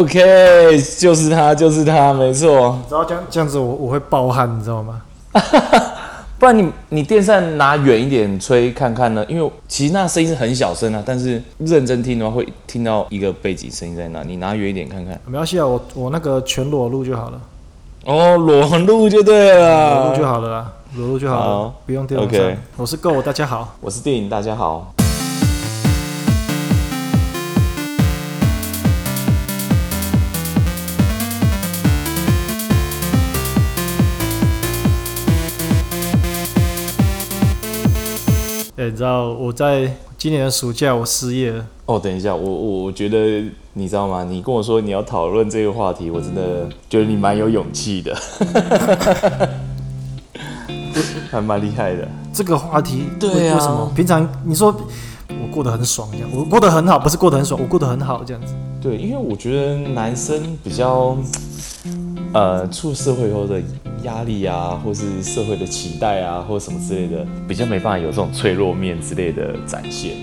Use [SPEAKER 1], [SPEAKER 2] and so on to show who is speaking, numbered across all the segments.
[SPEAKER 1] OK，就是他，就是他，没错。
[SPEAKER 2] 然后这样这样子我我会暴汗，你知道吗？
[SPEAKER 1] 不然你你电扇拿远一点吹看看呢，因为其实那声音是很小声啊，但是认真听的话会听到一个背景声音在那。你拿远一点看看，
[SPEAKER 2] 没关系啊，我我那个全裸录就好了，
[SPEAKER 1] 哦，裸露就对
[SPEAKER 2] 裸录就
[SPEAKER 1] 了。
[SPEAKER 2] 好了啦，裸录就好了，
[SPEAKER 1] 啊好
[SPEAKER 2] 不用电风
[SPEAKER 1] OK
[SPEAKER 2] 扇。我是 Go，大家好。
[SPEAKER 1] 我是电影，大家好。
[SPEAKER 2] 哎、你知道我在今年的暑假我失业了，
[SPEAKER 1] 哦，等一下，我我我觉得你知道吗？你跟我说你要讨论这个话题，我真的觉得你蛮有勇气 的，还蛮厉害的。
[SPEAKER 2] 这个话题为
[SPEAKER 1] 对啊
[SPEAKER 2] 为什么？平常你说我过得很爽这样，我过得很好，不是过得很爽，我过得很好这样子。
[SPEAKER 1] 对，因为我觉得男生比较，呃，出社会后的压力啊，或是社会的期待啊，或什么之类的，比较没办法有这种脆弱面之类的展现。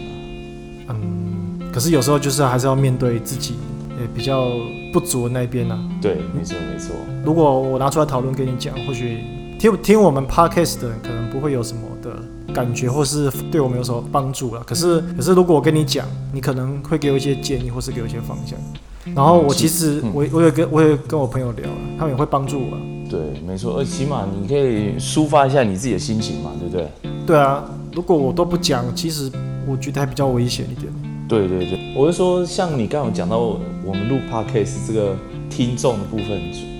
[SPEAKER 2] 嗯，可是有时候就是还是要面对自己，也比较不足的那一边啊。
[SPEAKER 1] 对，没错没错。
[SPEAKER 2] 如果我拿出来讨论跟你讲，或许听听我们 podcast 的人可能不会有什么的感觉，或是对我们有什么帮助了。可是，可是如果我跟你讲，你可能会给我一些建议，或是给我一些方向。然后我其实我我有跟我有跟我朋友聊了，他们也会帮助我啊。
[SPEAKER 1] 对，没错，而起码你可以抒发一下你自己的心情嘛，对不对？
[SPEAKER 2] 对啊，如果我都不讲，其实我觉得还比较危险一点。
[SPEAKER 1] 对对对，我是说，像你刚刚有讲到我们录 podcast 这个听众的部分，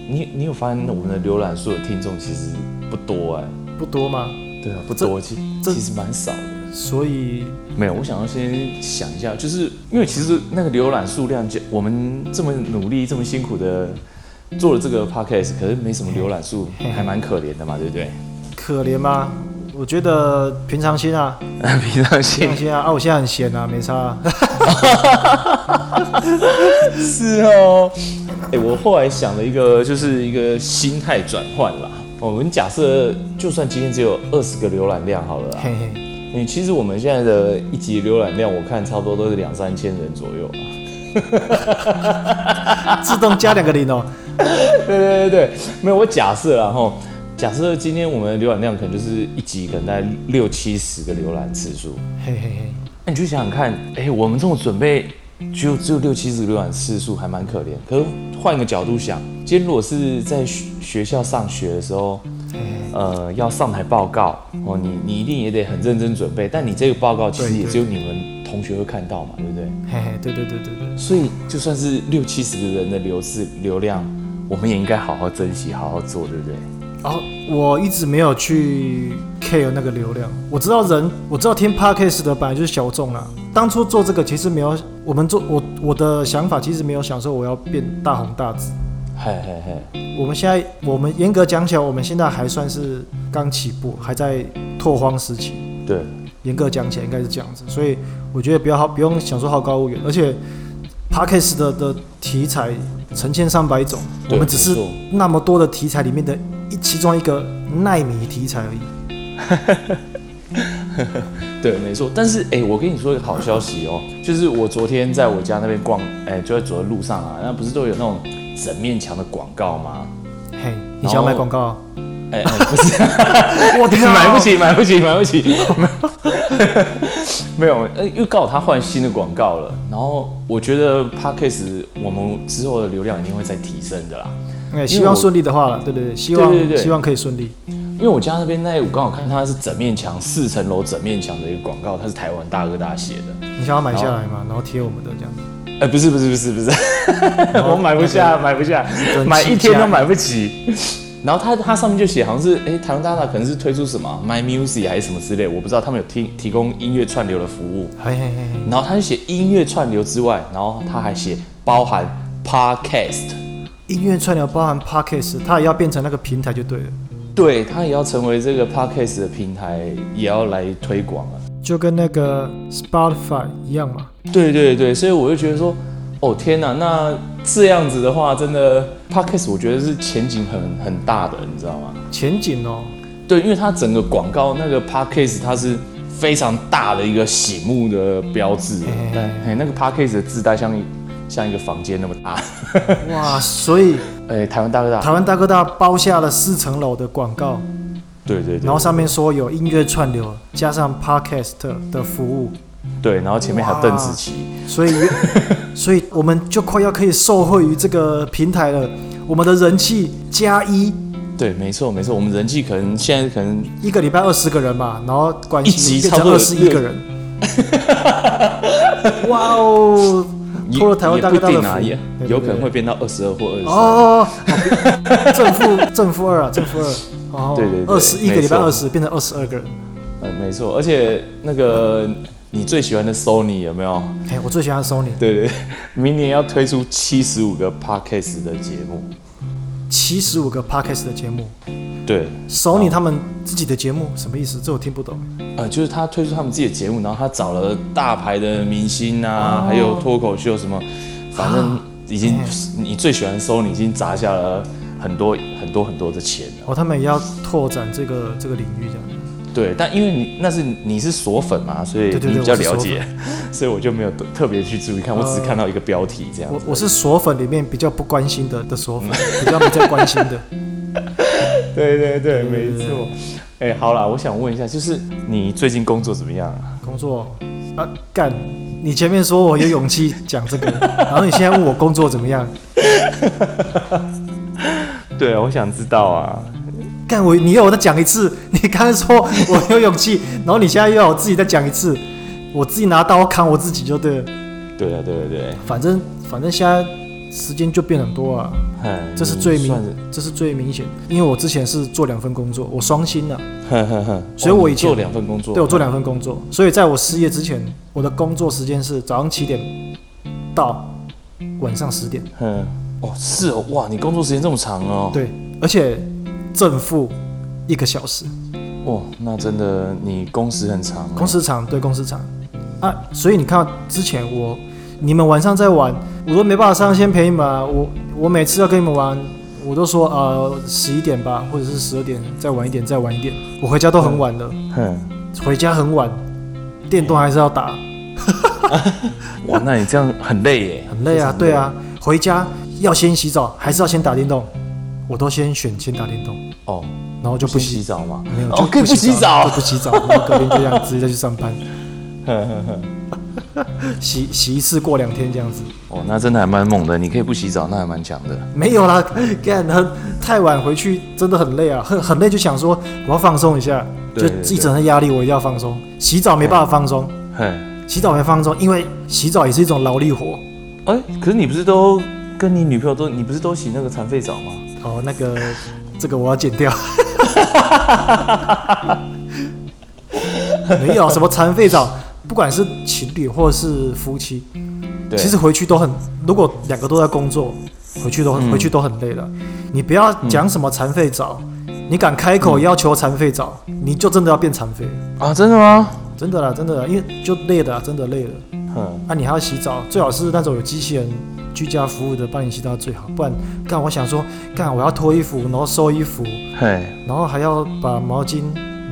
[SPEAKER 1] 你你有发现我们的浏览数的听众其实不多哎、
[SPEAKER 2] 不多嘛，
[SPEAKER 1] 对啊，不
[SPEAKER 2] 这
[SPEAKER 1] 多，其
[SPEAKER 2] 这
[SPEAKER 1] 其实蛮少的。
[SPEAKER 2] 所以
[SPEAKER 1] 没有，我想要先想一下，就是因为其实那个浏览数量，就我们这么努力、这么辛苦的做了这个 podcast，可是没什么浏览数，还蛮可怜的嘛，对不对？
[SPEAKER 2] 可怜吗？我觉得平常心啊，
[SPEAKER 1] 平常
[SPEAKER 2] 平
[SPEAKER 1] 心
[SPEAKER 2] 常心啊。啊，我现在很闲啊，没差啊、
[SPEAKER 1] 是哦。哎、我后来想了一个，就是一个心态转换啦。我们假设就算今天只有二十个浏览量好了啦，
[SPEAKER 2] 嘿嘿，
[SPEAKER 1] 你其实我们现在的一集浏览量，我看差不多都是两三千人左右啦。
[SPEAKER 2] 自动加两个零哦。
[SPEAKER 1] 对对对对，没有我假设啦吼，假设今天我们的浏览量可能就是一集可能在六七十个浏览次数，
[SPEAKER 2] 嘿嘿嘿。
[SPEAKER 1] 那你就想想看，哎、我们这种准备只有只有六七十个浏览次数，还蛮可怜。可是换一个角度想，今天如果是在学学校上学的时候。
[SPEAKER 2] 嗯
[SPEAKER 1] 呃，要上台报告哦，你你一定也得很认真准备，但你这个报告其实
[SPEAKER 2] 对
[SPEAKER 1] 也
[SPEAKER 2] 对
[SPEAKER 1] 只有你们同学会看到嘛，对不对？
[SPEAKER 2] 嘿嘿，对对对对对，
[SPEAKER 1] 所以就算是六七十个人的流失流量，我们也应该好好珍惜，好好做，对不对？
[SPEAKER 2] 然后哦我一直没有去 care 那个流量，我知道人，我知道听 podcast 的本来就是小众啦。当初做这个其实没有，我们做我我的想法其实没有想说我要变大红大紫。
[SPEAKER 1] 嘿嘿嘿，
[SPEAKER 2] 我们现在，我们严格讲起来，我们现在还算是刚起步，还在拓荒时期。
[SPEAKER 1] 对，
[SPEAKER 2] 严格讲起来应该是这样子，所以我觉得不要好，不用想说好高骛远，而且 podcast 的的题材成千上百种，
[SPEAKER 1] 对
[SPEAKER 2] 我们只是
[SPEAKER 1] 没错
[SPEAKER 2] 那么多的题材里面的一其中一个纳米题材而已。
[SPEAKER 1] 对，没错。但是哎、我跟你说一个好消息哦，就是我昨天在我家那边逛，哎、就在走在路上啊，那不是都有那种整面墙的广告吗？
[SPEAKER 2] 嘿，你想要卖广告啊？
[SPEAKER 1] 哎、 哎不是，
[SPEAKER 2] 我
[SPEAKER 1] 你
[SPEAKER 2] 天啊
[SPEAKER 1] 买不！起，买不起，买不起， 没有，呃，又告他换新的广告了。然后我觉得 podcast 我们之后的流量一定会再提升的啦。
[SPEAKER 2] 哎，希望
[SPEAKER 1] 我
[SPEAKER 2] 顺利的话了，对对对，希望
[SPEAKER 1] 对对对
[SPEAKER 2] 希望可以顺利。
[SPEAKER 1] 因为我家那边那我刚好看它是整面墙，四层楼整面墙的一个广告，它是台湾大哥大写的。
[SPEAKER 2] 你想要买下来嘛？然后贴我们的这样子。
[SPEAKER 1] 哎、不是不是不是不是，我买不下，买不下
[SPEAKER 2] 真，
[SPEAKER 1] 买一
[SPEAKER 2] 气
[SPEAKER 1] 天
[SPEAKER 2] 家
[SPEAKER 1] 都买不起。然后它它上面就写好像是，哎、台湾大大可能是推出什么 My Music 还是什么之类，我不知道他们有提提供音乐串流的服务。
[SPEAKER 2] 嘿嘿嘿嘿，
[SPEAKER 1] 然后他就写音乐串流之外，然后他还写包含 Podcast，
[SPEAKER 2] 音乐串流包含 podcast，它也要变成那个平台就对了。
[SPEAKER 1] 对他也要成为这个 Podcast 的平台，也要来推广啊了。
[SPEAKER 2] 就跟那个 Spotify 一样嘛。
[SPEAKER 1] 对对对，所以我就觉得说，哦天哪，那这样子的话，真的 podcast 我觉得是前景很很大的，你知道吗？
[SPEAKER 2] 前景哦，
[SPEAKER 1] 对，因为它整个广告那个 podcast 它是
[SPEAKER 2] 嗯
[SPEAKER 1] 哎非常大的一个醒目的标志，但嘿那个 podcast 的字带像一像一个房间那么大。
[SPEAKER 2] 哇，所以
[SPEAKER 1] 哎、台湾大哥大，
[SPEAKER 2] 台湾大哥大包下了四层楼的广告，
[SPEAKER 1] 嗯对对对，
[SPEAKER 2] 然后上面说有音乐串流加上 podcast 的服务，
[SPEAKER 1] 对，然后前面还有邓紫棋，
[SPEAKER 2] 所以 所以我们就快要可以受惠于这个平台了。我们的人气加一，
[SPEAKER 1] 对，没错没错，我们人气可能现在可能
[SPEAKER 2] 一个礼拜二十个人嘛，然后关系
[SPEAKER 1] 一集
[SPEAKER 2] 变
[SPEAKER 1] 差不
[SPEAKER 2] 成
[SPEAKER 1] 多有
[SPEAKER 2] 二十一 个人。哇哦！
[SPEAKER 1] 也
[SPEAKER 2] 托了台湾大哥大
[SPEAKER 1] 也
[SPEAKER 2] 的
[SPEAKER 1] 不定啊，
[SPEAKER 2] 福，
[SPEAKER 1] 也
[SPEAKER 2] 对
[SPEAKER 1] 有可能会。变到二十二或二十
[SPEAKER 2] 对对哦，正负正负二啊，正负二。哦，
[SPEAKER 1] 对对对
[SPEAKER 2] 二十一个礼拜
[SPEAKER 1] 没错
[SPEAKER 2] 二十变成二十二个人。
[SPEAKER 1] 嗯，没错，而且那个你最喜欢的 Sony 有没有？
[SPEAKER 2] 哎，我最喜欢 Sony
[SPEAKER 1] 对对，对明年要推出七十五个 Podcast 的节目，
[SPEAKER 2] 七十五个 podcast 的节目
[SPEAKER 1] 对，
[SPEAKER 2] ，Sony 他们自己的节目什么意思？这我听不懂。
[SPEAKER 1] 呃，就是他推出他们自己的节目，然后他找了大牌的明星
[SPEAKER 2] 哦
[SPEAKER 1] 啊，还有脱口秀什么，反正
[SPEAKER 2] 啊
[SPEAKER 1] 已经、
[SPEAKER 2] 嗯
[SPEAKER 1] 你最喜欢 Sony 已经砸下了很多很多很多的钱了。
[SPEAKER 2] 哦，他们也要拓展这个这个领域这样。
[SPEAKER 1] 对，但因为你那是你是锁粉嘛，所以
[SPEAKER 2] 对对
[SPEAKER 1] 你
[SPEAKER 2] 对
[SPEAKER 1] 比较
[SPEAKER 2] 我是
[SPEAKER 1] 了
[SPEAKER 2] 锁呃
[SPEAKER 1] 解， 所以我就没有特特别去注意看，我只是看到一个标题这样
[SPEAKER 2] 我
[SPEAKER 1] 子。
[SPEAKER 2] 我是锁粉里面比较不关心的的锁粉，比较比较关心的。
[SPEAKER 1] 对对对，没错。哎、好啦，我想问一下，就是你最近工作怎么样啊？
[SPEAKER 2] 工作啊，干！你前面说我有勇气讲这个，然后你现在问我工作怎么样？
[SPEAKER 1] 对啊，我想知道啊。
[SPEAKER 2] 干我，你要我再讲一次？你刚才说我有勇气，然后你现在又要我自己再讲一次，我自己拿刀砍我自己就对了。
[SPEAKER 1] 对啊，对对对，
[SPEAKER 2] 反正反正现在时间就变很多啊，
[SPEAKER 1] 哼
[SPEAKER 2] 这是最
[SPEAKER 1] 你
[SPEAKER 2] 明
[SPEAKER 1] 哎嗯算是
[SPEAKER 2] 这是最明显的。因为我之前是做两份工作，我双薪啊，
[SPEAKER 1] 哼哼哼。
[SPEAKER 2] 所以我
[SPEAKER 1] 哦你
[SPEAKER 2] 以前
[SPEAKER 1] 做两份工作，
[SPEAKER 2] 对我做两份工作，所以在我失业之前，我的工作时间是早上七点到晚上十点。
[SPEAKER 1] 哼， 哦，是哦，哇，你工作时间这么长哦。，
[SPEAKER 2] 对，而且正负一个小时，
[SPEAKER 1] 哦哇，那真的你工时很长、哦。
[SPEAKER 2] 工时长对工时长啊，所以你看之前我你们晚上在玩，我都没办法上线陪你们啊，我我每次要跟你们玩，我都说呃十一点吧，或者是十二点再晚一点再晚一点，我回家都很晚了，
[SPEAKER 1] 哼，
[SPEAKER 2] 回家很晚，电动还是要打，
[SPEAKER 1] 哇，那你这样很累耶。
[SPEAKER 2] 很累啊，对啊，回家要先洗澡还是要先打电动，我都先选先打电动，
[SPEAKER 1] 哦，
[SPEAKER 2] 然后就不
[SPEAKER 1] 不
[SPEAKER 2] 洗
[SPEAKER 1] 洗。澡吗？
[SPEAKER 2] 没有，
[SPEAKER 1] 哦
[SPEAKER 2] 就
[SPEAKER 1] 可以不洗澡
[SPEAKER 2] 就不洗澡，然后隔天就这样直接再去上班。
[SPEAKER 1] 哼哼哼。
[SPEAKER 2] 洗洗一次过两天这样子，
[SPEAKER 1] 哦，那真的还蛮猛的，你可以不洗澡，那还蛮强的。
[SPEAKER 2] 没有啦， 干很太晚回去真的很累啊，很很累就想说我要放松一下，就
[SPEAKER 1] 对对
[SPEAKER 2] 一整天压力我一定要放松，洗澡没办法放松，
[SPEAKER 1] 哼，
[SPEAKER 2] 洗澡没放松，因为洗澡也是一种劳力活。
[SPEAKER 1] 哎、可是你不是都跟你女朋友都，你不是都洗那个残废澡吗？
[SPEAKER 2] 哦，那个这个我要剪掉，没有什么残废澡，不管是情侣或是夫妻，
[SPEAKER 1] 对，
[SPEAKER 2] 其实回去都很，如果两个都在工作，回去都、回去都很累了。你不要讲什么残废澡，你敢开口要求残废澡，你就真的要变残废了，
[SPEAKER 1] 啊，真的吗？
[SPEAKER 2] 真的啦，真的啦，因为就累了啊，真的累了。
[SPEAKER 1] 哼，
[SPEAKER 2] 啊，你还要洗澡，最好是那种有机器人居家服务的帮你洗澡最好，不然干我想说干我要脱衣服，然后收衣服，
[SPEAKER 1] 嘿，
[SPEAKER 2] 然后还要把毛巾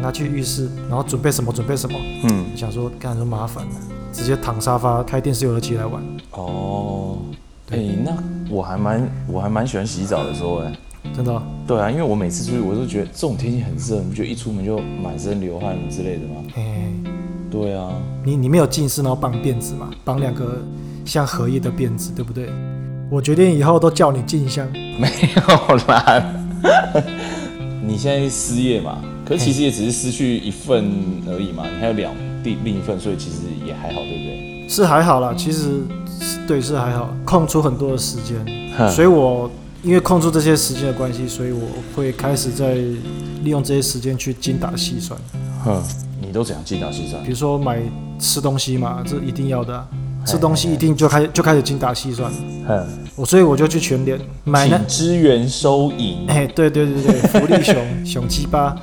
[SPEAKER 2] 拿去浴室，然后准备什么准备什么，
[SPEAKER 1] 嗯，
[SPEAKER 2] 想说干都麻烦了，直接躺沙发开电视游乐机来玩。
[SPEAKER 1] 哦，哎、那我还蛮我还蛮喜欢洗澡的时候哎、
[SPEAKER 2] 真的哦、
[SPEAKER 1] 对啊，因为我每次出去，我都觉得这种天气很热，你不觉得一出门就满身流汗之类的吗？
[SPEAKER 2] 嘿嘿
[SPEAKER 1] 对啊，
[SPEAKER 2] 你你没有近视，然后绑辫子嘛，绑两个像荷叶的辫子，对不对？我决定以后都叫你静香。
[SPEAKER 1] 没有啦。 你现在失业嘛？可是其实也只是失去一份而已嘛，你还有两另另一份，所以其实也还好，对不对？
[SPEAKER 2] 是还好啦，其实是对是还好，空出很多的时间，
[SPEAKER 1] 哼
[SPEAKER 2] 所以我因为空出这些时间的关系，所以我会开始在利用这些时间去精打细算，
[SPEAKER 1] 哼，你都怎样精打细算
[SPEAKER 2] 比？如说买吃东西嘛，这一定要的啊、吃东西一定就开就开始精打细算，
[SPEAKER 1] 哼，
[SPEAKER 2] 我所以我就去全联买那
[SPEAKER 1] 请支援收银。
[SPEAKER 2] 哎、对对对对，福利熊熊鸡巴，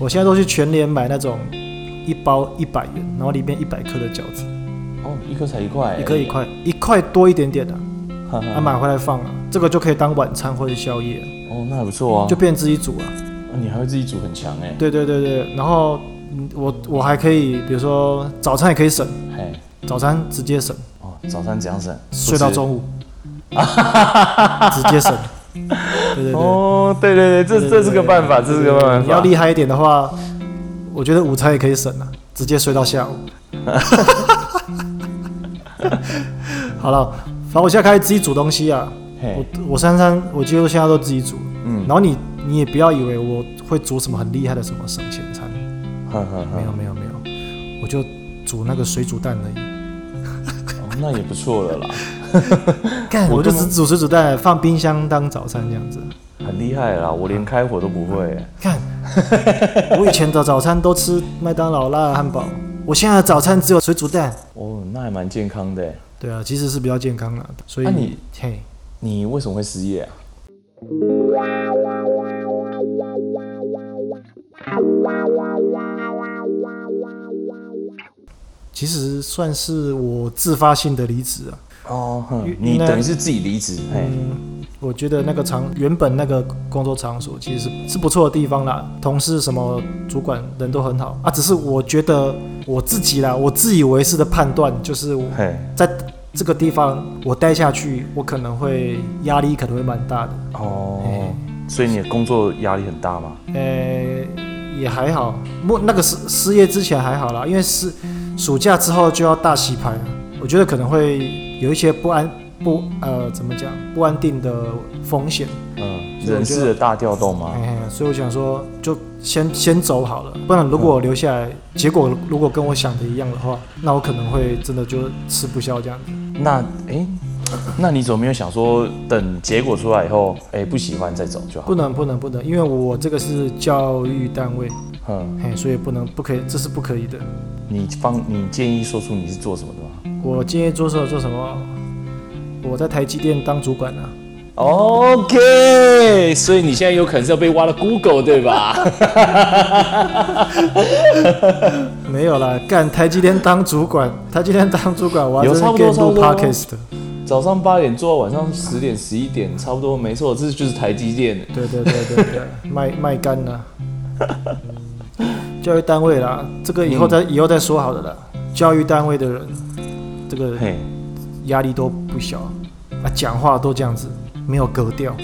[SPEAKER 2] 我现在都去全联买那种一包一百元，然后里面一百克的饺子，
[SPEAKER 1] 哦，一颗才一块、
[SPEAKER 2] 一颗一块，一块多一点点的、啊，
[SPEAKER 1] 哈哈。
[SPEAKER 2] 买回来放啊，这个就可以当晚餐或者宵夜啊、
[SPEAKER 1] 哦，那还不错啊。
[SPEAKER 2] 就
[SPEAKER 1] 就
[SPEAKER 2] 变自己煮啊。
[SPEAKER 1] 你还会自己煮，很强哎、
[SPEAKER 2] 对对对对，然后嗯我我还可以，比如说早餐也可以省，
[SPEAKER 1] 嘿，
[SPEAKER 2] 早餐直接省，
[SPEAKER 1] 哦，早餐怎样省？不
[SPEAKER 2] 睡到
[SPEAKER 1] 吃
[SPEAKER 2] 中午，直接省。对对对，
[SPEAKER 1] 哦，对对对，这这是个办法，这是个办法。
[SPEAKER 2] 你要厉害一点的话，我觉得午餐也可以省啊，直接睡到下午。 好了，反正我现在开始自己煮东西啊。我
[SPEAKER 1] 嘿，
[SPEAKER 2] 我三餐我几乎现在都自己煮，
[SPEAKER 1] 哎嗯
[SPEAKER 2] 然后你你也不要以为我会煮什么很厉害的什么省钱餐，
[SPEAKER 1] 呵呵呵
[SPEAKER 2] 没有没有没有，我就煮那个水煮蛋而已。
[SPEAKER 1] 哦那也不错了啦，
[SPEAKER 2] 干，
[SPEAKER 1] 我
[SPEAKER 2] 我就
[SPEAKER 1] 根本
[SPEAKER 2] 只煮水煮蛋，放冰箱当早餐这样子。
[SPEAKER 1] 很厉害啦，我连开火都不会。
[SPEAKER 2] 看， 我以前的早餐都吃麦当劳、啦汉堡，我现在的早餐只有水煮蛋。
[SPEAKER 1] 哦，那还蛮健康的。
[SPEAKER 2] 对啊，其实是比较健康了，所以、
[SPEAKER 1] 那你
[SPEAKER 2] 嘿，
[SPEAKER 1] 你为什么会失业啊？
[SPEAKER 2] 其实算是我自发性的离职啊。
[SPEAKER 1] 哦，哼
[SPEAKER 2] 因
[SPEAKER 1] 你
[SPEAKER 2] 为
[SPEAKER 1] 等于是自己离职，嘿，
[SPEAKER 2] 嗯，我觉得那个场原本那个工作场所其实是是不错的地方啦，同事什么主管人都很好啊，只是我觉得我自己啦，我自以为是的判断就是我
[SPEAKER 1] 嘿，
[SPEAKER 2] 在这个地方我待下去，我可能会压力可能会蛮大的，
[SPEAKER 1] 哦，所以你的工作压力很大吗？
[SPEAKER 2] 呃，也还好，莫那个失失业之前还好啦，因为是暑假之后就要大洗牌了，我觉得可能会有一些不安不呃怎么讲不安定的风险。
[SPEAKER 1] 嗯，
[SPEAKER 2] 所以我
[SPEAKER 1] 人
[SPEAKER 2] 觉得
[SPEAKER 1] 事的大调动吗？
[SPEAKER 2] 哎，所以我想说，就先先走好了，不然如果我留下来，结果如果跟我想的一样的话，那我可能会真的就吃不消这样子。
[SPEAKER 1] 那哎、那你怎么没有想说等结果出来以后，哎、不喜欢再走就好？
[SPEAKER 2] 不能不能不能，因为我这个是教育单位，
[SPEAKER 1] 嗯，
[SPEAKER 2] 嘿，所以不能不可以，这是不可以的。
[SPEAKER 1] 你方你建议说出你是做什么的吗？
[SPEAKER 2] 我今天做什么做什么？我在台积电当主管啊，
[SPEAKER 1] OK，所以你现在有可能是要被挖了 Google 对吧？
[SPEAKER 2] 没有啦，干台积电当主管， 台积电当主管，我还
[SPEAKER 1] 有
[SPEAKER 2] 真
[SPEAKER 1] 差
[SPEAKER 2] 的
[SPEAKER 1] 不
[SPEAKER 2] 可以
[SPEAKER 1] 多差不
[SPEAKER 2] 录
[SPEAKER 1] 多
[SPEAKER 2] podcast 的。
[SPEAKER 1] 早上八点做到晚上十点十一点，差不多没错，这就是台积电。
[SPEAKER 2] 对对对对 对，卖卖干啦，教育单位啦，这个以后再、
[SPEAKER 1] 嗯
[SPEAKER 2] 以后再说好了啦。教育单位的人，这个
[SPEAKER 1] 嘿，
[SPEAKER 2] 压力都不小啊，讲话都这样子，没有格调。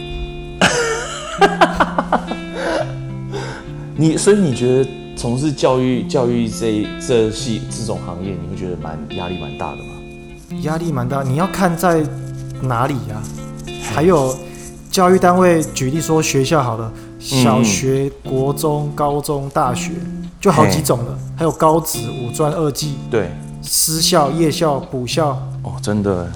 [SPEAKER 1] 你所以你觉得从事教育教育这一这系这种行业，你会觉得蛮压力蛮大的吗？
[SPEAKER 2] 压力蛮大。你要看在哪里呀、还有教育单位，举例说学校好了，小学、国中、高中、大学，就好几种了。还有高职、五专、二技、
[SPEAKER 1] 对，
[SPEAKER 2] 私校、夜校、补校，
[SPEAKER 1] 哦，真的。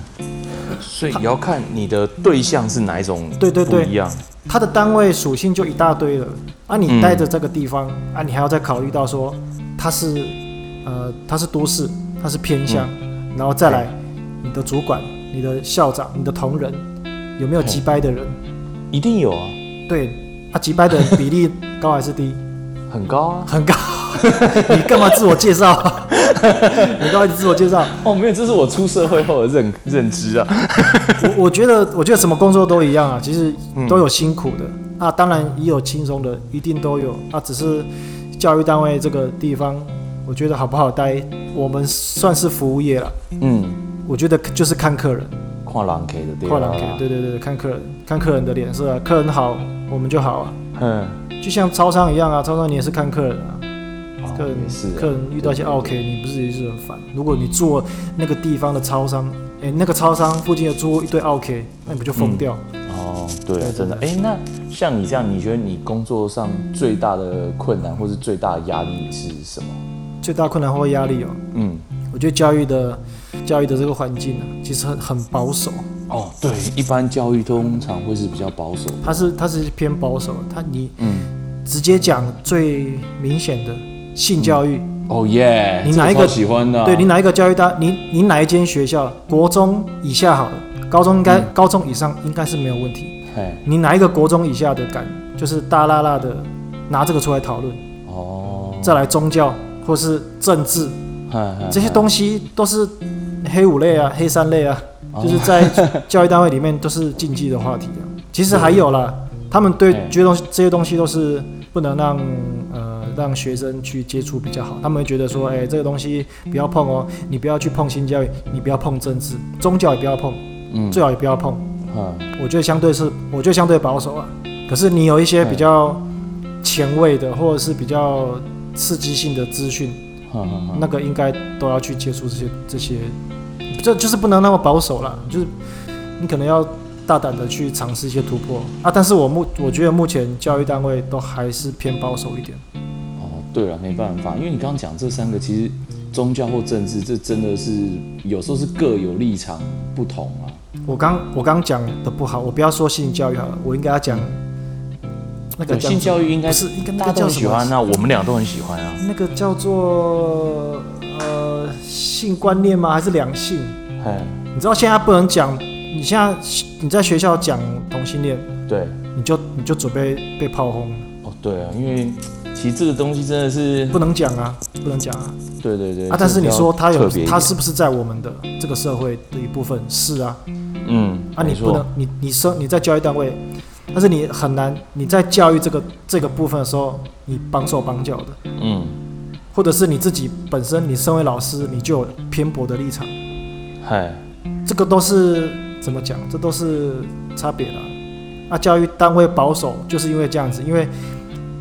[SPEAKER 1] 所以也要看你的对象是哪一种，
[SPEAKER 2] 对对对
[SPEAKER 1] 不一样。
[SPEAKER 2] 它的单位属性就一大堆了。啊，你
[SPEAKER 1] 嗯
[SPEAKER 2] 待着这个地方、啊，你还要再考虑到说它是呃它是都市，它是偏乡，然后再来你的主管、你的校长、你的同仁有没有击败的人？
[SPEAKER 1] 一定有啊，
[SPEAKER 2] 对，啊，击败的人比例高还是低？
[SPEAKER 1] 很高啊。
[SPEAKER 2] 很高。 你干嘛自我介绍？ 你干嘛自我介绍？
[SPEAKER 1] 哦，没有，这是我出社会后的认认知啊。
[SPEAKER 2] 我我觉得，我觉得什么工作都一样啊，其实都有辛苦的、啊，当然也有轻松的，一定都有啊。只是教育单位这个地方，我觉得好不好待，我们算是服务业了。
[SPEAKER 1] 嗯，
[SPEAKER 2] 我觉得就是看客人，
[SPEAKER 1] 跨栏 K 的对啊吧？
[SPEAKER 2] 跨栏 K，对对对，看客人，看客人的脸色、啊，客人好我们就好啊。
[SPEAKER 1] 嗯，
[SPEAKER 2] 就像超商一样啊，超商你也是看客人啊，客
[SPEAKER 1] 哦
[SPEAKER 2] 人、
[SPEAKER 1] 也是啊。
[SPEAKER 2] 客人遇到一些 OK，你不是也是很烦？如果你做那个地方的超商，哎、那个超商附近有住一堆 OK，那你不就疯掉？
[SPEAKER 1] 哦，对
[SPEAKER 2] 对
[SPEAKER 1] 啊，真的。哎，那像你这样，你觉得你工作上最大的困难或是最大的压力是什么？
[SPEAKER 2] 最大困难或压力哦，
[SPEAKER 1] 嗯，
[SPEAKER 2] 我觉得教育的教育的这个环境啊，其实很很保守，
[SPEAKER 1] 哦，对，一般教育通常会是比较保守。
[SPEAKER 2] 它是它是偏保守，它你
[SPEAKER 1] 嗯，
[SPEAKER 2] 直接讲最明显的性教育，
[SPEAKER 1] 哦耶，
[SPEAKER 2] 你
[SPEAKER 1] 这
[SPEAKER 2] 哪一
[SPEAKER 1] 超
[SPEAKER 2] 个
[SPEAKER 1] 喜欢的啊？
[SPEAKER 2] 对你哪一个教育单，你你哪一间学校，国中以下好了，高中应该、
[SPEAKER 1] 嗯
[SPEAKER 2] 高中以上应该是没有问题。
[SPEAKER 1] 嘿，
[SPEAKER 2] 你哪一个国中以下的敢，就是大辣辣的拿这个出来讨论，
[SPEAKER 1] 哦，
[SPEAKER 2] 再来宗教或是政治
[SPEAKER 1] 嘿嘿
[SPEAKER 2] 这些东西都是黑五类啊、黑三类啊，就是在教育单位里面都是禁忌的话题啊。其实还有啦，他们对
[SPEAKER 1] 嗯
[SPEAKER 2] 这些东西这些东西都是不能让呃让学生去接触比较好。他们会觉得说，哎、这个东西不要碰哦，你不要去碰新教育，你不要碰政治，宗教也不要碰，
[SPEAKER 1] 嗯，
[SPEAKER 2] 最好也不要碰。
[SPEAKER 1] 嗯
[SPEAKER 2] 我觉得相对是，我觉得相对保守啊。可是你有一些比较前卫的，或者是比较刺激性的资讯，
[SPEAKER 1] 哼哼哼
[SPEAKER 2] 那个应该都要去接触这些这些，这就是不能那么保守啦，就是你可能要大胆的去尝试一些突破啊。但是我目我觉得目前教育单位都还是偏保守一点，
[SPEAKER 1] 哦，对了，没办法，因为你刚刚讲这三个，其实宗教或政治，这真的是有时候是各有立场不同啊。
[SPEAKER 2] 我刚我刚讲的不好，我不要说性教育好了，我应该要讲那个
[SPEAKER 1] 对
[SPEAKER 2] 叫
[SPEAKER 1] 性教育应该
[SPEAKER 2] 不是应该那
[SPEAKER 1] 大家都
[SPEAKER 2] 个叫
[SPEAKER 1] 很
[SPEAKER 2] 什
[SPEAKER 1] 喜
[SPEAKER 2] 么
[SPEAKER 1] 欢，？那我们俩都很喜欢啊。
[SPEAKER 2] 那个叫做呃性观念吗？还是两性？
[SPEAKER 1] 嘿，
[SPEAKER 2] 你知道现在不能讲，你现在你在学校讲同性恋，
[SPEAKER 1] 对，
[SPEAKER 2] 你就你就准备被炮轰了。
[SPEAKER 1] 哦对啊，因为其实这个东西真的是，
[SPEAKER 2] 不能讲啊，不能讲啊。
[SPEAKER 1] 对对对。
[SPEAKER 2] 啊，但是你说他有
[SPEAKER 1] 特别一，点
[SPEAKER 2] 他是不是在我们的这个社会的一部分？是啊，
[SPEAKER 1] 嗯，
[SPEAKER 2] 啊，你
[SPEAKER 1] 没
[SPEAKER 2] 不
[SPEAKER 1] 错
[SPEAKER 2] 能，，你你生你在教育单位，但是你很难，你在教育这个这个部分的时候，你绑手绑脚的，
[SPEAKER 1] 嗯，
[SPEAKER 2] 或者是你自己本身，你身为老师，你就有偏颇的立场，
[SPEAKER 1] 嗨，
[SPEAKER 2] 这个都是怎么讲？这都是差别啦。啊，教育单位保守就是因为这样子，因为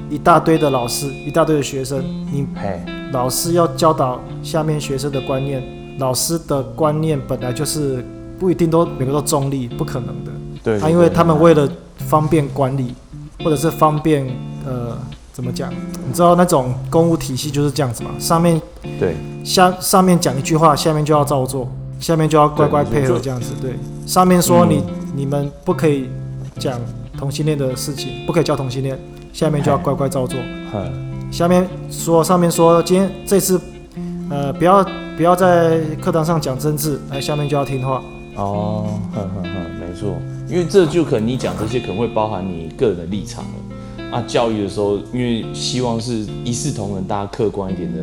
[SPEAKER 2] 一大堆的老师，一大堆的学生，你
[SPEAKER 1] 嘿，
[SPEAKER 2] 老师要教导下面学生的观念，老师的观念本来就是不一定都每个都中立，不可能的。
[SPEAKER 1] 对。
[SPEAKER 2] 啊，
[SPEAKER 1] 对
[SPEAKER 2] 因为
[SPEAKER 1] 对
[SPEAKER 2] 他们为了方便管理，或者是方便呃怎么讲？你知道那种公务体系就是这样子嘛，上面
[SPEAKER 1] 对
[SPEAKER 2] 下上面讲一句话，下面就要照做，下面就要乖乖
[SPEAKER 1] 对
[SPEAKER 2] 配
[SPEAKER 1] 就
[SPEAKER 2] 合这样子。对，上面说
[SPEAKER 1] 嗯
[SPEAKER 2] 你、你们不可以讲同性恋的事情，不可以教同性恋，下面就要
[SPEAKER 1] 嘿
[SPEAKER 2] 乖乖照做。
[SPEAKER 1] 哎哼，
[SPEAKER 2] 下面说上面说今天这次，呃，不要不要在课堂上讲政治，哎，下面就要听话。
[SPEAKER 1] 哦，哼哼哼，没错，因为这就可能你讲这些可能会包含你个人的立场了。啊，教育的时候，因为希望是一视同仁，大家客观一点的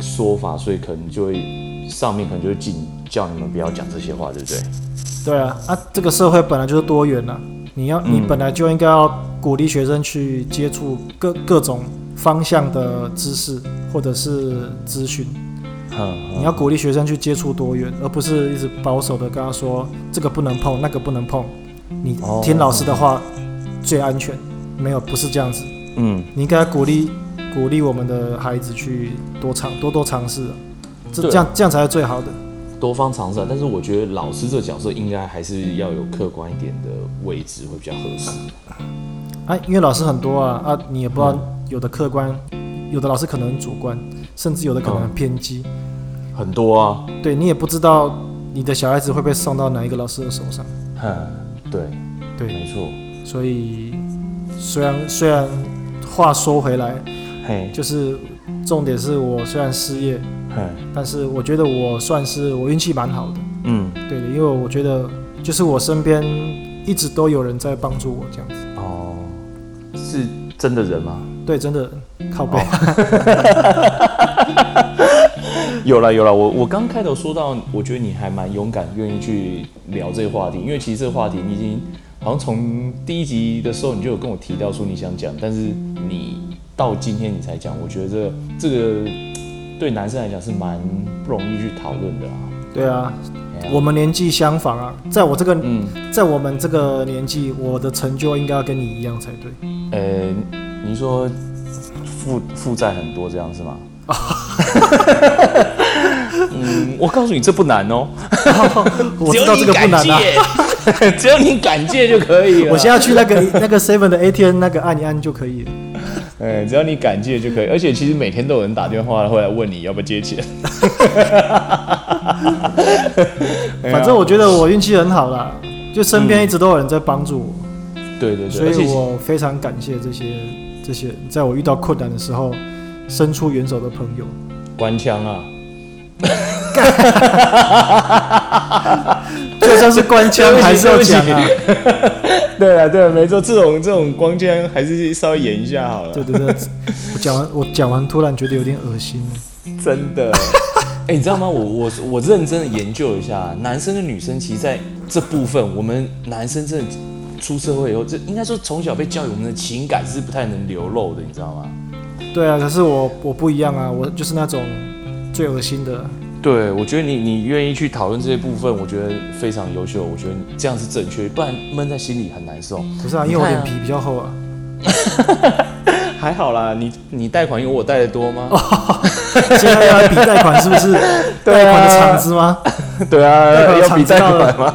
[SPEAKER 1] 说法，所以可能就会上面可能就会禁叫你们不要讲这些话，对不对？
[SPEAKER 2] 对啊，啊，这个社会本来就是多元呐、你要你
[SPEAKER 1] 嗯
[SPEAKER 2] 本来就应该要鼓励学生去接触各各种方向的知识或者是资讯，
[SPEAKER 1] 哼，
[SPEAKER 2] 你要鼓励学生去接触多元，而不是一直保守的跟他说这个不能碰，那个不能碰，你
[SPEAKER 1] 哦
[SPEAKER 2] 听老师的话最安全。没有，不是这样子。
[SPEAKER 1] 嗯，
[SPEAKER 2] 你应该鼓励鼓励我们的孩子去多尝多多尝试啊、这
[SPEAKER 1] 对
[SPEAKER 2] 这样这样才是最好的。
[SPEAKER 1] 多方尝试啊。但是我觉得老师这角色应该还是要有客观一点的位置会比较合适。
[SPEAKER 2] 啊，因为老师很多啊啊，你也不知道
[SPEAKER 1] 嗯
[SPEAKER 2] 有的客观，有的老师可能很主观，甚至有的可
[SPEAKER 1] 哦
[SPEAKER 2] 能很偏激，
[SPEAKER 1] 很多啊，
[SPEAKER 2] 对你也不知道你的小孩子会被送到哪一个老师的手上。
[SPEAKER 1] 哼，嗯对，
[SPEAKER 2] 对，
[SPEAKER 1] 没错，
[SPEAKER 2] 所以虽然虽然话说回来，
[SPEAKER 1] 嘿，
[SPEAKER 2] 就是重点是我虽然失业，
[SPEAKER 1] 嘿，
[SPEAKER 2] 但是我觉得我算是我运气蛮好的。
[SPEAKER 1] 嗯。
[SPEAKER 2] 对的，因为我觉得就是我身边一直都有人在帮助我这样子。
[SPEAKER 1] 哦，是真的人吗？
[SPEAKER 2] 对，真的靠背。
[SPEAKER 1] 有了有了，我我刚开头说到，我觉得你还蛮勇敢，愿意去聊这个话题，因为其实这个话题你已经好像从第一集的时候你就有跟我提到说你想讲，但是你到今天你才讲，我觉得这这个对男生来讲是蛮不容易去讨论的啊。
[SPEAKER 2] 对啊，
[SPEAKER 1] 哎呀
[SPEAKER 2] 我们年纪相仿啊，在我这个、
[SPEAKER 1] 嗯，
[SPEAKER 2] 在我们这个年纪，我的成就应该要跟你一样才对。
[SPEAKER 1] 呃，你说负负债很多这样是吗？ 嗯，我告诉你，这不难哦。
[SPEAKER 2] 我知道这个不难啊。
[SPEAKER 1] 啊，只要你敢借 就可以了。
[SPEAKER 2] 我现在去那个那个 seven 的 ATM 那个按一按就可以了。
[SPEAKER 1] 哎，只要你敢借就可以，而且其实每天都有人打电话会来问你要不要借钱。
[SPEAKER 2] 反正我觉得我运气很好啦，就身边一直都有人在帮助我，
[SPEAKER 1] 对对对，
[SPEAKER 2] 所
[SPEAKER 1] 而且
[SPEAKER 2] 以我非常感谢这些这些在我遇到困难的时候伸出援手的朋友。
[SPEAKER 1] 官腔啊，
[SPEAKER 2] 就算是官腔还是要讲啊。
[SPEAKER 1] 对啊对啊，没错，这种这种光腔还是稍微演一下好了
[SPEAKER 2] 对对对，我讲完我讲完，突然觉得有点恶心。
[SPEAKER 1] 真的。 哎、你知道吗？我我我认真的研究一下，啊男生跟女生其实在这部分，我们男生真的出社会以后，这应该说从小被教育，我们的情感是不太能流露的，你知道吗？
[SPEAKER 2] 对啊，可是我我不一样啊，我就是那种最恶心的。
[SPEAKER 1] 对，我觉得你你愿意去讨论这些部分，我觉得非常优秀。我觉得你这样是正确，不然闷在心里很难受。
[SPEAKER 2] 不是啊，因为我脸皮比较厚啊。
[SPEAKER 1] 还好啦，你你贷款有我贷的多吗？
[SPEAKER 2] 哦现在要来比贷款是不是？
[SPEAKER 1] 对啊
[SPEAKER 2] 贷款的厂子吗？
[SPEAKER 1] 对
[SPEAKER 2] 贷
[SPEAKER 1] 啊，
[SPEAKER 2] 款
[SPEAKER 1] 要比贷
[SPEAKER 2] 厂子
[SPEAKER 1] 款吗？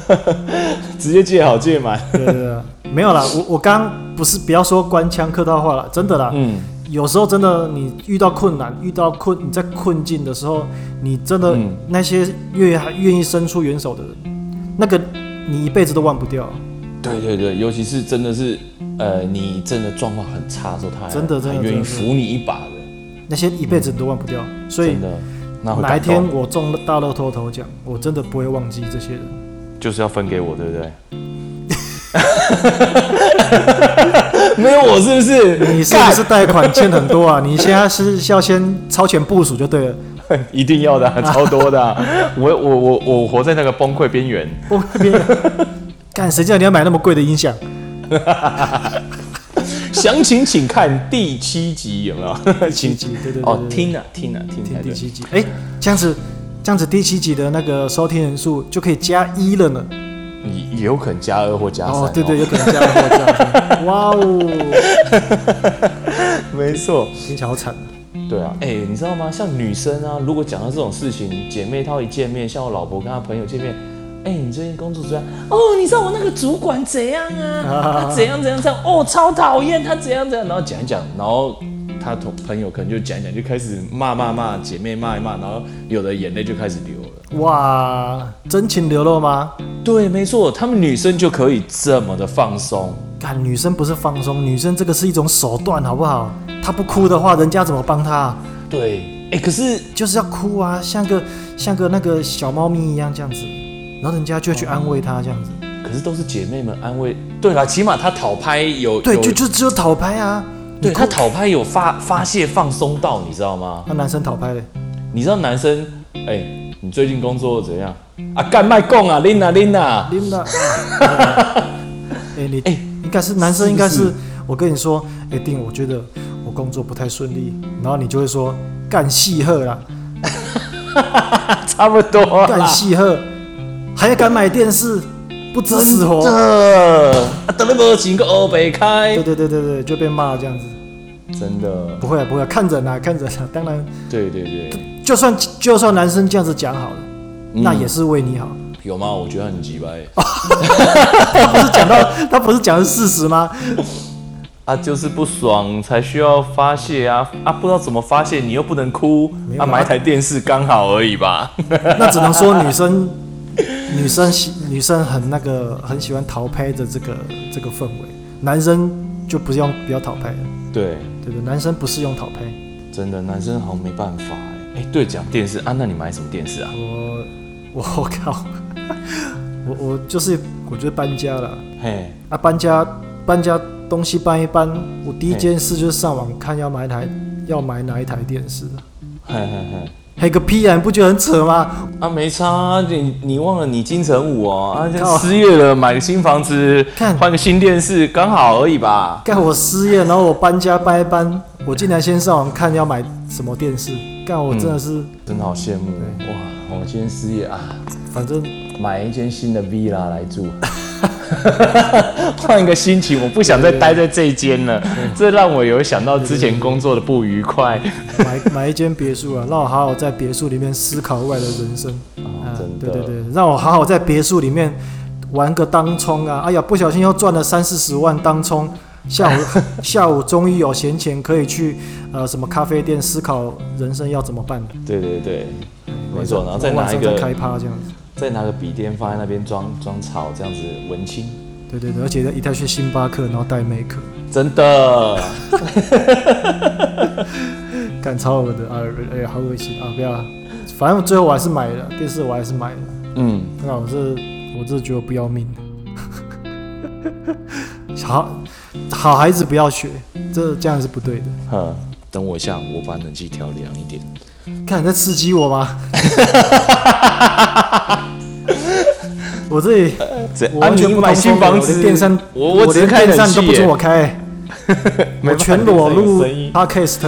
[SPEAKER 1] 直接借好借满。
[SPEAKER 2] 对对对，没有啦，我我刚不是不要说官腔客套话了，真的啦，
[SPEAKER 1] 嗯，
[SPEAKER 2] 有时候真的你遇到困难，遇到困你在困境的时候，你真的、
[SPEAKER 1] 嗯
[SPEAKER 2] 那些愿意愿意伸出援手的人，那个你一辈子都忘不掉，
[SPEAKER 1] 对对对，尤其是真的是，呃，你真的状况很差的时候，他还
[SPEAKER 2] 真的真的
[SPEAKER 1] 还愿意
[SPEAKER 2] 真的
[SPEAKER 1] 扶你一把的，
[SPEAKER 2] 那些一辈子你都忘不掉，所以
[SPEAKER 1] 真的。那会
[SPEAKER 2] 哪一
[SPEAKER 1] 感动
[SPEAKER 2] 天我中了大乐透头奖，我真的不会忘记这些人。
[SPEAKER 1] 就是要分给我，对不 对？没有我是不是？
[SPEAKER 2] 你是不是贷款欠很多啊？你现在是要先超前部署就对了。
[SPEAKER 1] 干一定要的啊、超多的 啊、我我我我活在那个崩溃边缘。
[SPEAKER 2] 我那边 干，谁叫你要买那么贵的音响？
[SPEAKER 1] 哎详情请看第七集，有没 有？
[SPEAKER 2] 七
[SPEAKER 1] 请
[SPEAKER 2] 集，对对对
[SPEAKER 1] 哦，
[SPEAKER 2] 对嗯
[SPEAKER 1] 听啊听啊听
[SPEAKER 2] 听
[SPEAKER 1] 才
[SPEAKER 2] 第
[SPEAKER 1] 对。
[SPEAKER 2] 七集。哎，这样子，这样子第七集的那个收听人数就可以加一了呢。
[SPEAKER 1] 也也有可能加二或加三、
[SPEAKER 2] 哦，对对，，有可能加了或加 了。哇哦，
[SPEAKER 1] 没错。
[SPEAKER 2] 听起来好惨。
[SPEAKER 1] 对啊，哎、你知道吗？像女生啊，如果讲到这种事情，姐妹她一见面，像我老婆跟她朋友见面，哎、你最近工作怎样？哦，你知道我那个主管怎样 啊？他怎样怎样怎样？哦，超讨厌他怎样怎样。然后讲一讲，然后她同朋友可能就讲一讲，就开始骂骂骂，姐妹骂一骂，然后有的眼泪就开始流了。
[SPEAKER 2] 哇，真情流露吗？
[SPEAKER 1] 对，没错，她们女生就可以这么的放松。
[SPEAKER 2] 干，女生不是放松，女生这个是一种手段，好不好？她不哭的话，人家怎么帮她啊？
[SPEAKER 1] 对，哎、可是
[SPEAKER 2] 就是要哭啊，像个像个那个小猫咪一样这样子，然后人家就会去安慰她这样子。
[SPEAKER 1] 可是都是姐妹们安慰。对啦，起码她讨拍有
[SPEAKER 2] 对，
[SPEAKER 1] 有
[SPEAKER 2] 就就只有讨拍啊。
[SPEAKER 1] 对
[SPEAKER 2] 你
[SPEAKER 1] 他
[SPEAKER 2] 哭，
[SPEAKER 1] 讨拍有发发泄放松到，你知道吗？
[SPEAKER 2] 那男生讨拍嘞。
[SPEAKER 1] 你知道男生，哎、你最近工作怎样啊？干卖供啊，拎啊拎啊，
[SPEAKER 2] 你 们哎，你
[SPEAKER 1] 哎
[SPEAKER 2] 应该是男生，
[SPEAKER 1] 是
[SPEAKER 2] 应
[SPEAKER 1] 不
[SPEAKER 2] 该
[SPEAKER 1] 是
[SPEAKER 2] 是我跟你说，哎，丁，我觉得我工作不太顺利，然后你就会说干戏鹤 啦，
[SPEAKER 1] 差不多
[SPEAKER 2] 干
[SPEAKER 1] 啦。
[SPEAKER 2] 戏鹤，还要敢买电视，不知死
[SPEAKER 1] 真
[SPEAKER 2] 活。
[SPEAKER 1] 的，啊，得了不行个欧北开
[SPEAKER 2] 对，对对对对，就被骂这样子。
[SPEAKER 1] 真的，
[SPEAKER 2] 不会啊，不会啊，看人啊，看人啊。当然，
[SPEAKER 1] 对对对，
[SPEAKER 2] 就算就算男生这样子讲好了，
[SPEAKER 1] 嗯
[SPEAKER 2] 那也是为你好。
[SPEAKER 1] 有吗？我觉得很鸡掰
[SPEAKER 2] 他不是讲到，他不是讲的是事实吗？
[SPEAKER 1] 啊，就是不爽才需要发泄啊啊，不知道怎么发泄，你又不能哭
[SPEAKER 2] 没，有
[SPEAKER 1] 啊，
[SPEAKER 2] 啦
[SPEAKER 1] 买台电视刚好而已吧。
[SPEAKER 2] 那只能说女生， 女生喜女生很那个很喜欢逃拍的这个这个氛围，男生就不用不要逃拍了，
[SPEAKER 1] 对，
[SPEAKER 2] 对不对？男生不适用逃拍。
[SPEAKER 1] 真的，男生好像没办法哎、哎、对，讲电视啊，那你买什么电视啊？
[SPEAKER 2] 我我我靠， 我我就是我觉得搬家了
[SPEAKER 1] 嘿，
[SPEAKER 2] 啊，搬家搬家东西搬一搬，我第一件事就是上网看要买台要买哪一台电视，
[SPEAKER 1] 嘿嘿嘿。
[SPEAKER 2] 嘿个屁啊！你不觉得很扯吗？
[SPEAKER 1] 啊，没差、啊，你你忘了你金城武哦，啊，这
[SPEAKER 2] 靠
[SPEAKER 1] 失业了，买个新房子
[SPEAKER 2] 看，
[SPEAKER 1] 换个新电视，刚好而已吧。
[SPEAKER 2] 干我失业，然后我搬家搬一搬，我竟然先上网看要买什么电视，干我真的是，
[SPEAKER 1] 真的好羡慕哇！我今天失业啊，
[SPEAKER 2] 反正
[SPEAKER 1] 买一间新的 villa 来住， 换一个心情，我不想再待在这一间了。这让我有想到之前工作的不愉快。
[SPEAKER 2] 买 买一间别墅啊，让我好好在别墅里面思考未来的人生啊，
[SPEAKER 1] 哦真的
[SPEAKER 2] 对对对，让我好好在别墅里面玩个当冲啊，哎呀，不小心又赚了三四十万当冲。下 午下午终于有闲钱可以去呃什么咖啡店思考人生要怎么办，
[SPEAKER 1] 对对对，没错，然后再
[SPEAKER 2] 晚
[SPEAKER 1] 拿一
[SPEAKER 2] 上再开
[SPEAKER 1] 个
[SPEAKER 2] 趴这样子，
[SPEAKER 1] 再拿个笔电放在那边装装草，这样子文青，
[SPEAKER 2] 对对对，而且一定要去星巴克，然后带 make。
[SPEAKER 1] 真的。
[SPEAKER 2] 干超恶的啊！哎、呀，好恶心啊！不要啊，反正最后我还是买了电视，我还是买了。
[SPEAKER 1] 嗯，
[SPEAKER 2] 那我这我这觉得不要命 的。好，好孩子不要学，这这样是不对的。
[SPEAKER 1] 呵，等我一下，我把冷气调凉一点。
[SPEAKER 2] 看你在刺激我吗？ 我这里
[SPEAKER 1] 这
[SPEAKER 2] 我
[SPEAKER 1] 啊，
[SPEAKER 2] 完全
[SPEAKER 1] 你
[SPEAKER 2] 不
[SPEAKER 1] 买
[SPEAKER 2] 通
[SPEAKER 1] 新
[SPEAKER 2] 风的
[SPEAKER 1] 房
[SPEAKER 2] 我
[SPEAKER 1] 子，
[SPEAKER 2] 连电扇，
[SPEAKER 1] 我我只
[SPEAKER 2] 连
[SPEAKER 1] 开
[SPEAKER 2] 电
[SPEAKER 1] 冷
[SPEAKER 2] 扇
[SPEAKER 1] 气
[SPEAKER 2] 都不准
[SPEAKER 1] 耶
[SPEAKER 2] 我开、欸
[SPEAKER 1] 没
[SPEAKER 2] 我
[SPEAKER 1] 办法
[SPEAKER 2] 全裸
[SPEAKER 1] 变成一
[SPEAKER 2] 录
[SPEAKER 1] 个声音
[SPEAKER 2] podcast，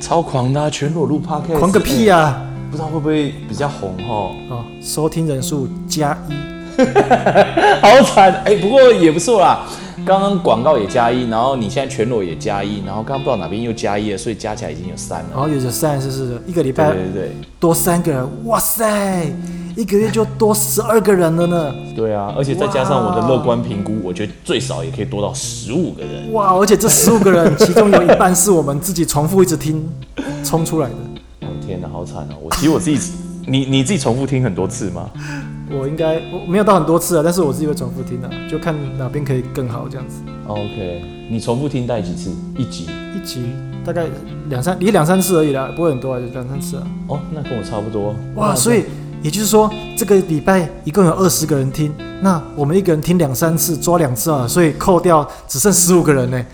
[SPEAKER 1] 超狂的、啊，全裸录 podcast，
[SPEAKER 2] 狂个屁
[SPEAKER 1] 啊！
[SPEAKER 2] 啊！
[SPEAKER 1] 不知道会不会比较红哦？
[SPEAKER 2] 哦，收听人数加一，
[SPEAKER 1] 好惨哎、不过也不错啦。刚刚广告也加一，然后你现在全裸也加一，然后刚刚不知道哪边又加一了，所以加起来已经有三
[SPEAKER 2] 然
[SPEAKER 1] 了。
[SPEAKER 2] 后有着三是是的，一个礼
[SPEAKER 1] 对
[SPEAKER 2] 拜
[SPEAKER 1] 对对
[SPEAKER 2] 多三个人，哇塞，一个月就多十二个人了呢！
[SPEAKER 1] 对对啊！而且再加上我的乐观评估，我觉得最少也可以多到十五个人。
[SPEAKER 2] 哇，而且这十五个 人，其中有一半是我们自己重复一直听冲出来的。
[SPEAKER 1] 哦天哪，好惨哦！我其实我自己，你你自己重复听很多次吗？
[SPEAKER 2] 我应该我没有到很多次啊，但是我自己会重复听的、就看哪边可以更好这样子。
[SPEAKER 1] OK，你重复听带几次？一集？
[SPEAKER 2] 一集大概两三，也两三次而已啦，不会很多啊，就两三次啊。
[SPEAKER 1] 哦，那跟我差不多。
[SPEAKER 2] 哇，所以也就是说，这个礼拜一共有二十个人听，那我们一个人听两三次，抓两次啊，所以扣掉只剩十五个人呢。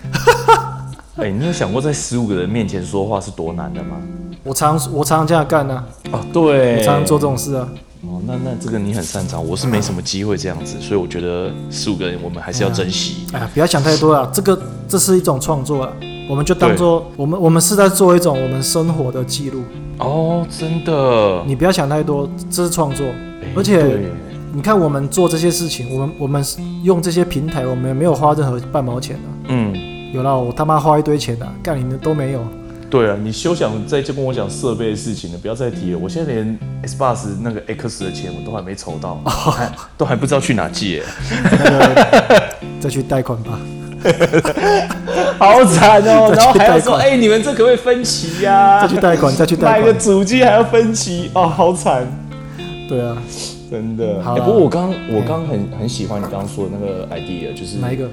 [SPEAKER 1] 哎、你有想过在十五个人面前说话是多难的吗？
[SPEAKER 2] 我常我常常这样干呢、
[SPEAKER 1] 哦，对，
[SPEAKER 2] 我常常做这种事啊。
[SPEAKER 1] 哦，那那这个你很擅长，我是没什么机会这样子，所以我觉得十五个人我们还是要珍惜。
[SPEAKER 2] 哎呀，不要想太多了，这个这是一种创作啊，我们就当做我们我们是在做一种我们生活的记录。
[SPEAKER 1] 哦，真的，
[SPEAKER 2] 你不要想太多，这是创作
[SPEAKER 1] 哎，
[SPEAKER 2] 而且
[SPEAKER 1] 对。
[SPEAKER 2] 你看，我们做这些事情，我们我们用这些平台，我们也没有花任何半毛钱啊。
[SPEAKER 1] 嗯，
[SPEAKER 2] 有啦，我他妈花一堆钱啊，干你们都没有。
[SPEAKER 1] 对啊，你休想再就跟我讲设备的事情了，不要再提了。我现在连 S Bus 那个 X 的钱我都还没筹到，
[SPEAKER 2] 哦
[SPEAKER 1] 还都还不知道去哪借，
[SPEAKER 2] 再去贷款吧。
[SPEAKER 1] 好惨哦
[SPEAKER 2] 再去
[SPEAKER 1] 然后还要说，
[SPEAKER 2] 贷款
[SPEAKER 1] 哎、你们这可不可以分期呀、
[SPEAKER 2] 再去贷款，再去贷
[SPEAKER 1] 买个
[SPEAKER 2] 款。
[SPEAKER 1] 主机还要分期，哦，好惨。
[SPEAKER 2] 对啊，
[SPEAKER 1] 真的。
[SPEAKER 2] 好
[SPEAKER 1] 哎
[SPEAKER 2] 啦
[SPEAKER 1] 不过我刚我刚很很喜欢你刚刚说的那个 idea，就是
[SPEAKER 2] 哪一个？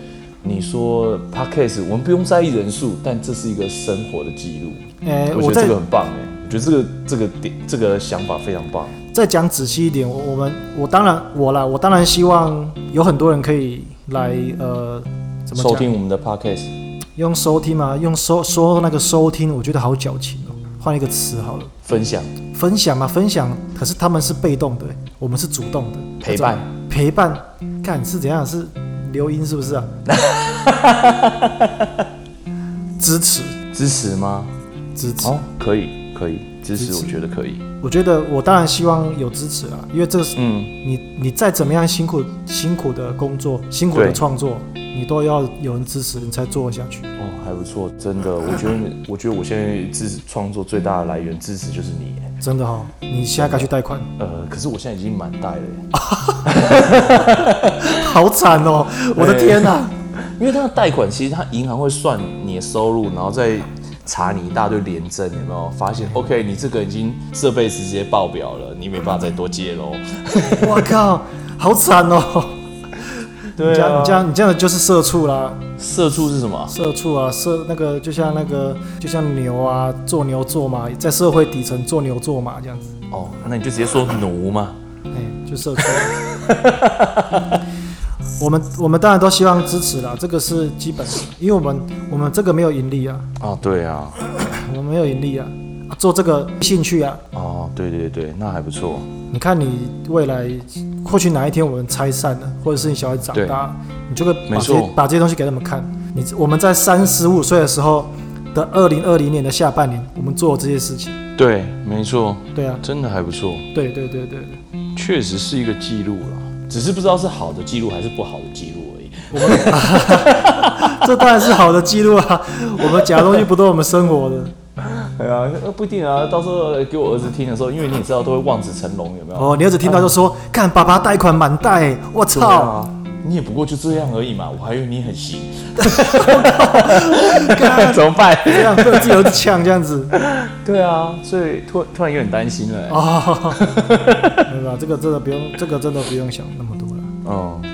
[SPEAKER 1] 你说 podcast，我们不用在意人数，但这是一个生活的记录。
[SPEAKER 2] 哎、
[SPEAKER 1] 嗯我
[SPEAKER 2] 我
[SPEAKER 1] 觉得
[SPEAKER 2] 再
[SPEAKER 1] 这个很棒哎、我觉得这个这个点这个想法非常棒。
[SPEAKER 2] 再讲仔细一点，我我们我当然我啦，我当然希望有很多人可以来呃，怎么
[SPEAKER 1] 收
[SPEAKER 2] 讲？
[SPEAKER 1] 听我们的 podcast，
[SPEAKER 2] 用收听嘛，用收说那个收听，我觉得好矫情哦。换一个词好了，
[SPEAKER 1] 分享
[SPEAKER 2] 分享嘛，分享。可是他们是被动的，欸我们是主动的。
[SPEAKER 1] 陪伴，
[SPEAKER 2] 陪伴，看是怎样？是留音是不 是啊？支持，
[SPEAKER 1] 支持吗？
[SPEAKER 2] 支持。
[SPEAKER 1] 哦，可以可以，支持
[SPEAKER 2] 支持
[SPEAKER 1] 我觉得可以。
[SPEAKER 2] 我觉得我当然希望有支持啊，因为这是
[SPEAKER 1] 嗯，
[SPEAKER 2] 你你再怎么样辛苦辛苦的工作，辛苦的
[SPEAKER 1] 对
[SPEAKER 2] 创作，你都要有人支持，你才做得下去。
[SPEAKER 1] 哦，还不错，真的，我觉得我觉得我现在支持创作最大的来源支持就是你哎、
[SPEAKER 2] 真的哈、哦，你现在该去贷 款，
[SPEAKER 1] 呃，可是我现在已经满带了、哎
[SPEAKER 2] 好惨哦！我的天哪、
[SPEAKER 1] 因为他的贷款，其实他银行会算你的收入，然后再查你一大堆廉征，有没有发现？OK，你这个已经这辈子直接爆表了，你没办法再多借喽。
[SPEAKER 2] 我靠，好惨哦！你这样你这样你这样的就是社畜啦，
[SPEAKER 1] 社畜是什么？
[SPEAKER 2] 社畜啊，社那个就像那个就像牛啊，做牛做马，在社会底层做牛做马这样子，
[SPEAKER 1] 哦，那你就直接说奴嘛。
[SPEAKER 2] 哎、就社畜。 我们我们当然都希望支持啦，这个是基本的，因为我们我们这个没有盈利啊，
[SPEAKER 1] 啊，对啊，
[SPEAKER 2] 我们没有盈利啊，啊做这个兴趣啊，
[SPEAKER 1] 哦，对对对，那还不错。
[SPEAKER 2] 你看你未来或许哪一天我们拆散了，或者是你小孩长大，你就会把
[SPEAKER 1] 没
[SPEAKER 2] 这
[SPEAKER 1] 错
[SPEAKER 2] 些把这些东西给他们看。你我们在三十五岁的时候的二零二零年的下半年，我们做这些事情，
[SPEAKER 1] 对，没错，
[SPEAKER 2] 对啊，
[SPEAKER 1] 真的还不错，
[SPEAKER 2] 对对对对，
[SPEAKER 1] 确实是一个记录啦，只是不知道是好的记录还是不好的记录而已。
[SPEAKER 2] 这当然是好的记录啊。 我们假的东西不都我们生活的
[SPEAKER 1] 对啊，呃不一定啊，到时候给我儿子听的时候，因为你也知道都会望子成龙，有没有？
[SPEAKER 2] 哦。你儿子听到就
[SPEAKER 1] 啊
[SPEAKER 2] 说：“看爸爸贷款满贷，我
[SPEAKER 1] 对
[SPEAKER 2] 操！
[SPEAKER 1] 啊，你也不过就这样而已嘛，我还以为你很行。 怎么办？
[SPEAKER 2] 这样被自己儿子呛这样子
[SPEAKER 1] 对啊，所以突突然有点担心了、欸。
[SPEAKER 2] 哦。 没有啦，这个真的不用，这个真的不用想那么多了。
[SPEAKER 1] 嗯
[SPEAKER 2] 嘿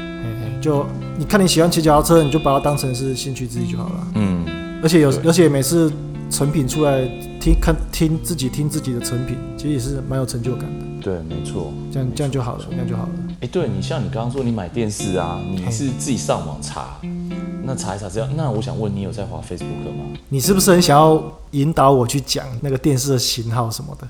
[SPEAKER 2] 嘿就你看你喜欢骑脚踏车，你就把它当成是兴趣之一就好了。
[SPEAKER 1] 嗯，
[SPEAKER 2] 而且有，而且每次成品出来听看听自己听自己的成品，其实也是蛮有成就感的。
[SPEAKER 1] 对，没错。
[SPEAKER 2] 这样这样就好了，这样就好了。
[SPEAKER 1] 哎、对你像你刚刚说你买电视啊，你是自己上网查，那查一查这样。那我想问你有在滑 Facebook 吗？
[SPEAKER 2] 你是不是很想要引导我去讲那个电视的型号什么的？